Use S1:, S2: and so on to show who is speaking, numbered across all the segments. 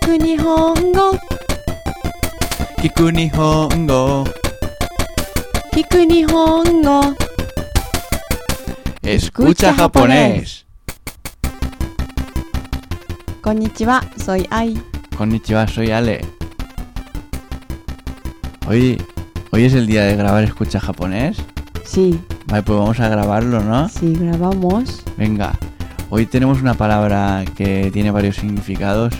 S1: く日本語
S2: 聞く日本語
S1: 聞く日本語
S2: Escucha japonés
S1: こんにちはソイアイ
S2: Konnichiwa, soy Ale Hoy, hoy es el día de grabar Escucha japonés
S1: Sí,
S2: Vale, pues vamos a grabarlo, ¿no?
S1: sí, grabamos
S2: Venga, hoy tenemos una palabra que tiene varios significados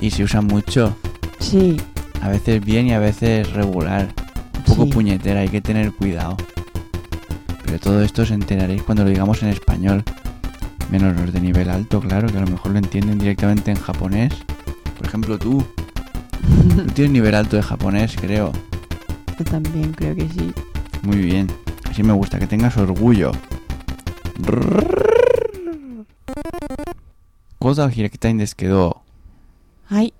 S2: y se usa mucho
S1: Sí,
S2: A veces bien y a veces regular. Un poco
S1: Sí.
S2: puñetera, hay que tener cuidado. Pero todo esto os enteraréis cuando lo digamos en español. Menos los de nivel alto, claro, que a lo mejor lo entienden directamente en japonés. Por ejemplo, tú. Tú tienes nivel alto de japonés, creo.
S1: yo también creo que sí
S2: Muy bien. Así me gusta, que tengas orgullo. Cosa o hirekitain desu kedo.
S1: はい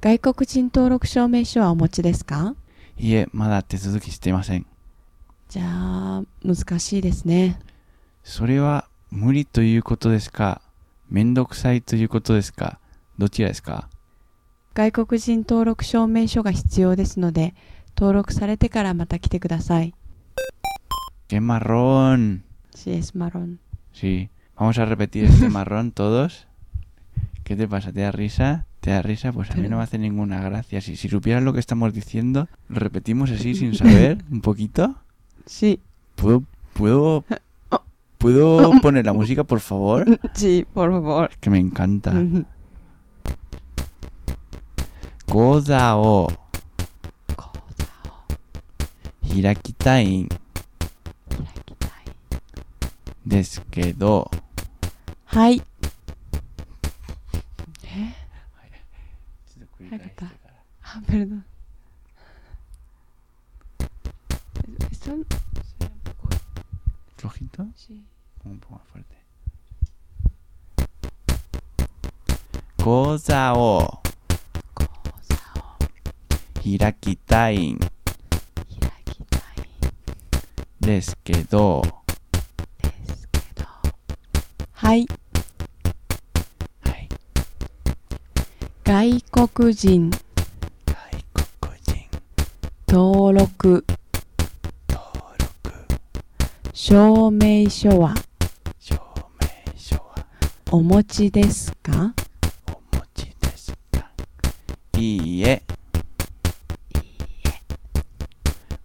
S1: 外国人登録証明書はお持ちですか
S2: Ie, mada tezuzuki shitemasen.
S1: じゃあ難しいですね
S2: それは無理ということですかめんどくさいということですかどちらですか
S1: 外国人登録証明書が必要ですので登録されてからまた来てください
S2: ¡Qué marrón!
S1: CS マロン
S2: Sí, vamos a repetir este marrón todos. ¿Qué te pasa? ¿Te da risa? ¿Te da risa? Pues a mí no me hace ninguna gracia. Si, si supieras lo que estamos diciendo, lo repetimos así sin saber un poquito.
S1: Sí,
S2: ¿Puedo, puedo, puedo poner la música, por favor?
S1: sí, por favor
S2: Que me encanta. Goda o
S1: 講
S2: 開きたいん
S1: 座を開きたい
S2: ですけど、
S1: はいえ早かったあベルナえそん
S2: ¿Flojito?
S1: し
S2: Un poco más fuerte.
S1: 講座
S2: Cosa o
S1: を開き
S2: hirakitain
S1: たい
S2: desu kedo.
S1: ですけどはい外国人
S2: Taikokujin
S1: 登録
S2: toruku
S1: 証明書は
S2: shoumeisho wa
S1: お持ちですか
S2: omochi desu ka? Iie.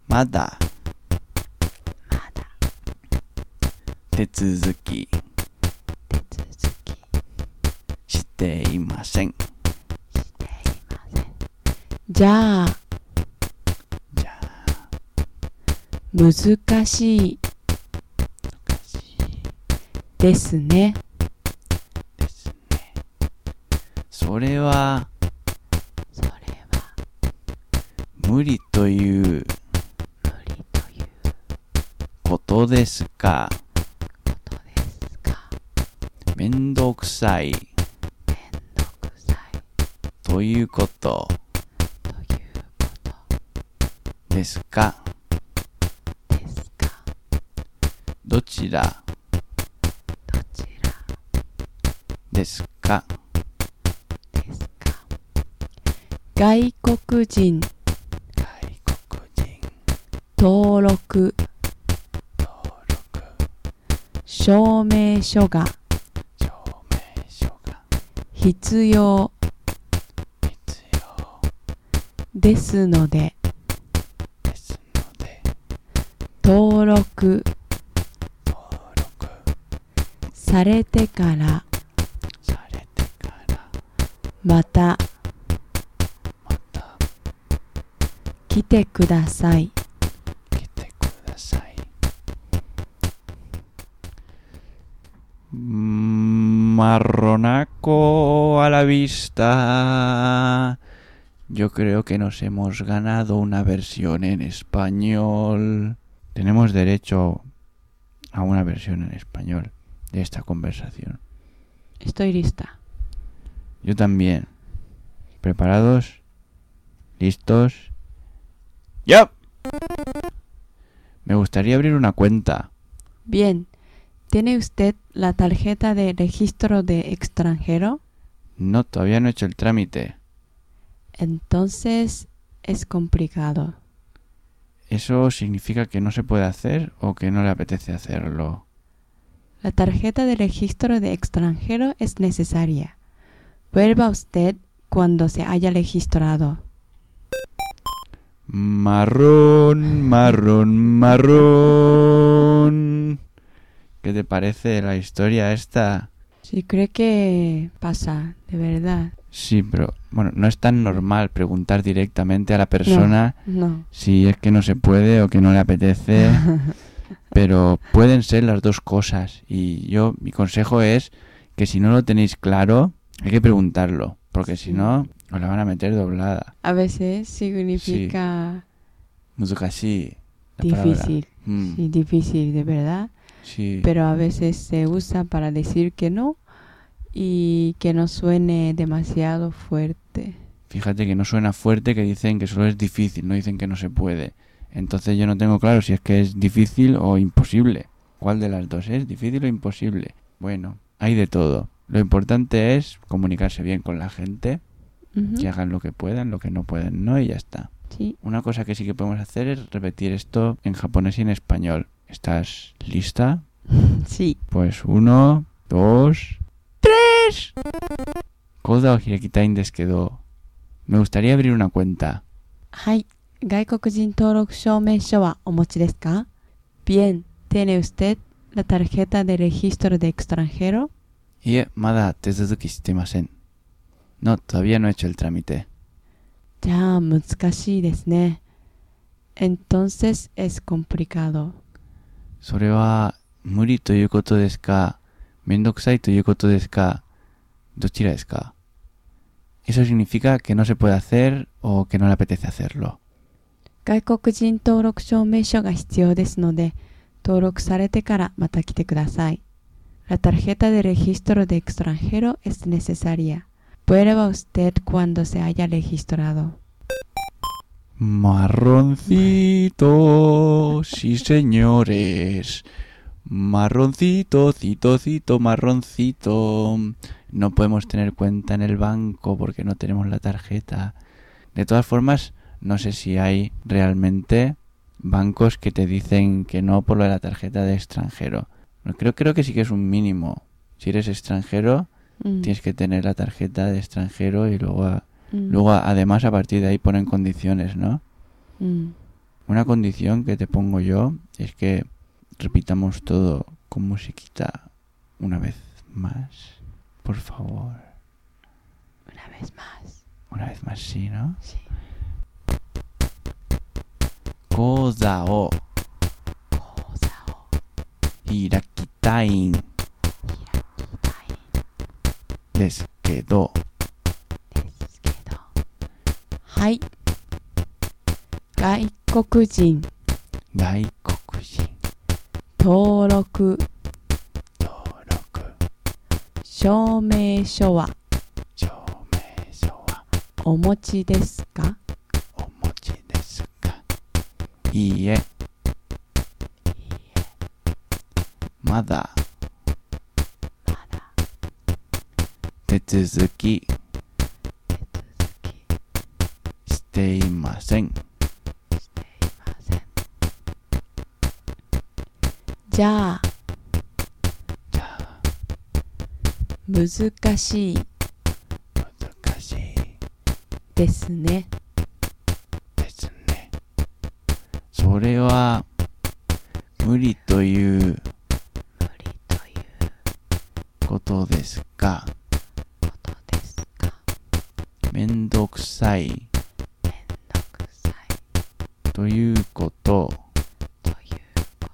S2: Mada
S1: まだ
S2: 手続き
S1: 手続き
S2: していません。
S1: していませんじゃあ
S2: じゃあ、
S1: 難しい
S2: おかしい
S1: ですね
S2: ですね。それは、
S1: それは
S2: 無理とい
S1: 無理と
S2: う
S1: いう
S2: ことですか
S1: ことですか
S2: めんどくさ
S1: め
S2: い
S1: んどくさい
S2: ということ
S1: というこ
S2: ですか
S1: とですか
S2: どちら
S1: どち
S2: ですから
S1: ですか外国人
S2: 外国人
S1: 登録
S2: 登録
S1: 証明書が
S2: 証明書が
S1: 必要
S2: 必
S1: ですので
S2: 要ですので、
S1: 登録
S2: 登録
S1: されてから
S2: されてから
S1: また
S2: また
S1: 来てください
S2: 来てください。Marronaco a la vista. Yo creo que nos hemos ganado una versión en español. Tenemos derecho a una versión en español de esta conversación.
S1: Estoy lista
S2: Yo también. ¿Preparados? ¿Listos? ¡Ya! Me gustaría abrir una cuenta.
S1: Bien ¿Tiene usted la tarjeta de registro de extranjero?
S2: No, todavía no he hecho el trámite.
S1: Entonces es complicado.
S2: ¿Eso significa que no se puede hacer o que no le apetece hacerlo?
S1: La tarjeta de registro de extranjero es necesaria. Vuelva usted cuando se haya registrado.
S2: Marrón, marrón, marrón. ¿Qué te parece la historia esta?
S1: Sí, creo que pasa, de verdad.
S2: Sí, pero bueno, no es tan normal preguntar directamente a la persona
S1: No.
S2: si es que no se puede o que no le apetece, pero pueden ser las dos cosas. Y yo, mi consejo es que si no lo tenéis claro, hay que preguntarlo, porque si
S1: Sí.
S2: no, os la van a meter doblada.
S1: A veces significa
S2: Muzukashi, la palabra.
S1: difícil.
S2: Mm,
S1: Sí, difícil, de verdad.
S2: sí.
S1: Pero a veces se usa para decir que no y que no suene demasiado fuerte.
S2: Fíjate que no suena fuerte que dicen que solo es difícil, no dicen que no se puede. Entonces yo no tengo claro si es que es difícil o imposible. ¿Cuál de las dos es? ¿Difícil o imposible? Bueno, hay de todo. Lo importante es comunicarse bien con la gente,
S1: Ujú.
S2: que hagan lo que puedan, lo que no pueden no y ya está.
S1: Sí.
S2: Una cosa que sí que podemos hacer es repetir esto en japonés y en español. ¿Estás lista?
S1: Sí.
S2: Pues uno, dos, tres. Koda o Hirekitain des quedó. Me gustaría abrir una cuenta.
S1: はい。外国人登録証明書はお持ちですか Bien, ¿tiene usted la tarjeta de registro de extranjero?
S2: Y eh, Mada Tezuzuki Shitemasen. No, todavía no he hecho el trámite.
S1: じゃあ難しいですね。Entonces es complicado.
S2: それは、無理ということですかめんどくさいということですかどちらですか Eso significa que no se puede hacer o que no le apetece hacerlo.
S1: 外国人登録証明書が必要ですので、登録されてからまた来てください。La tarjeta de registro de extranjero es necesaria. Prueba usted cuando se haya registrado.
S2: Marroncito, sí señores. Marroncito, cito, cito, marroncito. No podemos tener cuenta en el banco porque no tenemos la tarjeta. De todas formas, no sé si hay realmente bancos que te dicen que no por lo de la tarjeta de extranjero. Creo, creo que sí que es un mínimo. Si eres extranjero,
S1: Mm,
S2: tienes que tener la tarjeta de extranjero y luego, a-
S1: mm,
S2: luego a- además a partir de ahí ponen condiciones, ¿no?
S1: mm.
S2: Una condición que te pongo yo es que repitamos todo con musiquita una vez más. Por favor.
S1: Una vez más.
S2: Una vez más, sí, ¿no?
S1: Sí.
S2: Koza o
S1: 口座を
S2: hirakitain
S1: 開き
S2: desu kedo.
S1: たいですけど。はい。外国人
S2: Gaikokujin
S1: 登録
S2: toroku
S1: 証明書は
S2: shoumeisho wa
S1: お持ちですか
S2: omochi desu ka? Iie. Mada
S1: まだ
S2: tetsuzuki
S1: 手続き
S2: shiteimasen.
S1: していません。じゃあ、
S2: じゃあ
S1: 難しい
S2: 難しい
S1: ですね。
S2: ですねそれは無理とい
S1: 無
S2: う
S1: 理という
S2: ことですか
S1: ことですか。
S2: めんどくさい
S1: めんどくさい
S2: ということ
S1: というこ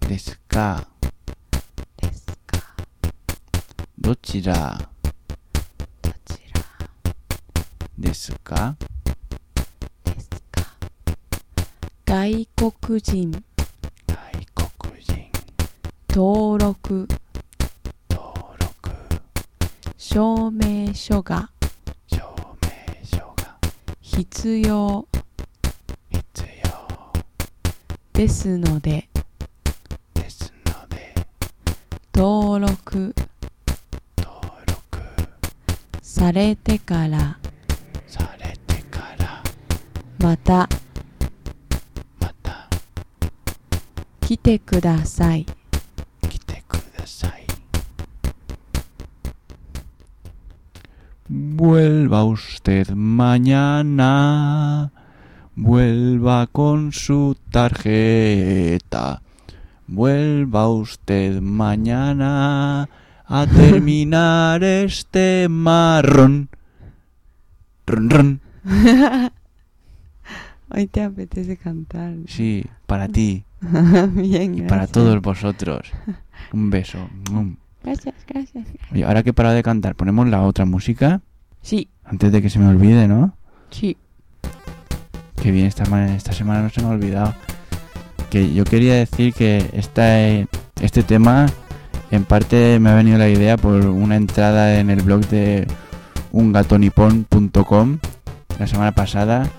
S1: と
S2: ですか
S1: ですか。
S2: どちら
S1: どちら
S2: ですか
S1: ですか外国人
S2: 外国人
S1: 登録
S2: 登録
S1: 証明書が
S2: 証明書が
S1: 必要
S2: 必
S1: ですので
S2: 要ですので
S1: 登録
S2: 登録
S1: されてから
S2: さ
S1: また
S2: また
S1: 来てください。
S2: 来てください。Vuelva usted mañana. Vuelva con su tarjeta. Vuelva usted mañana a terminar este marrón. Run, run.
S1: Hoy te apetece cantar.
S2: Sí, para ti
S1: Bien,
S2: y
S1: gracias.
S2: para todos vosotros. Un beso. Mm.
S1: Gracias, gracias.
S2: Oye, ahora que he parado de cantar, ponemos la otra música
S1: Sí,
S2: antes de que se me olvide, ¿no?
S1: sí.
S2: Qué bien, esta, ma- esta semana no se me ha olvidado. Que yo quería decir que esta, eh, este tema, en parte me ha venido la idea por una entrada en el blog de ungatonipon.com la semana pasada,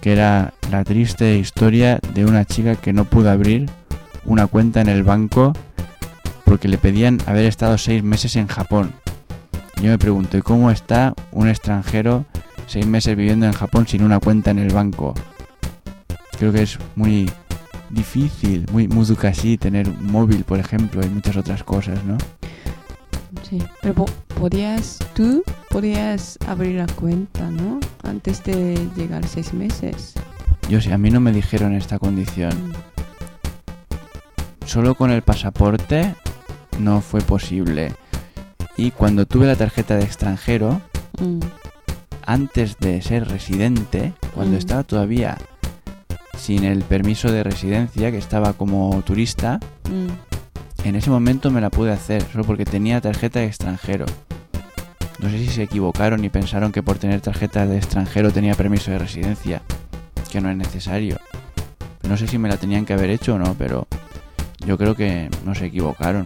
S2: que era la triste historia de una chica que no pudo abrir una cuenta en el banco porque le pedían haber estado seis meses en Japón. Yo me pregunto, ¿y cómo está un extranjero seis meses viviendo en Japón sin una cuenta en el banco. Creo que es muy difícil, muy muzukashi tener un móvil, por ejemplo, y muchas otras cosas, ¿no?
S1: Sí, pero po- podías, tú podías abrir la cuenta, ¿no? Antes de llegar seis meses.
S2: Yo sí, a mí no me dijeron esta condición. Solo con el pasaporte no fue posible. Y cuando tuve la tarjeta de extranjero,
S1: Mm, mm.
S2: antes de ser residente, cuando
S1: Mm.
S2: estaba todavía sin el permiso de residencia, que estaba como turista,
S1: Mm.
S2: En ese momento me la pude hacer, solo porque tenía tarjeta de extranjero. No sé si se equivocaron y pensaron que por tener tarjeta de extranjero tenía permiso de residencia, que no es necesario. No sé si me la tenían que haber hecho o no, pero yo creo que no se equivocaron.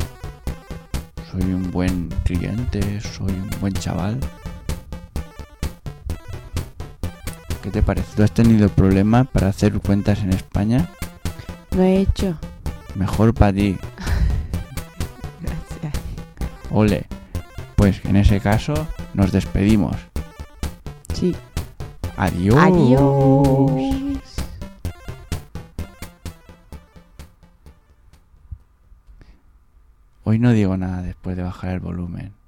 S2: Soy un buen cliente, soy un buen chaval. ¿Qué te parece? ¿Tú has tenido problema para hacer cuentas en España?
S1: No he hecho.
S2: Mejor para ti.
S1: Gracias.
S2: Ole. Pues en ese caso nos despedimos.
S1: Sí.
S2: Adiós.
S1: Adiós.
S2: Hoy no digo nada después de bajar el volumen.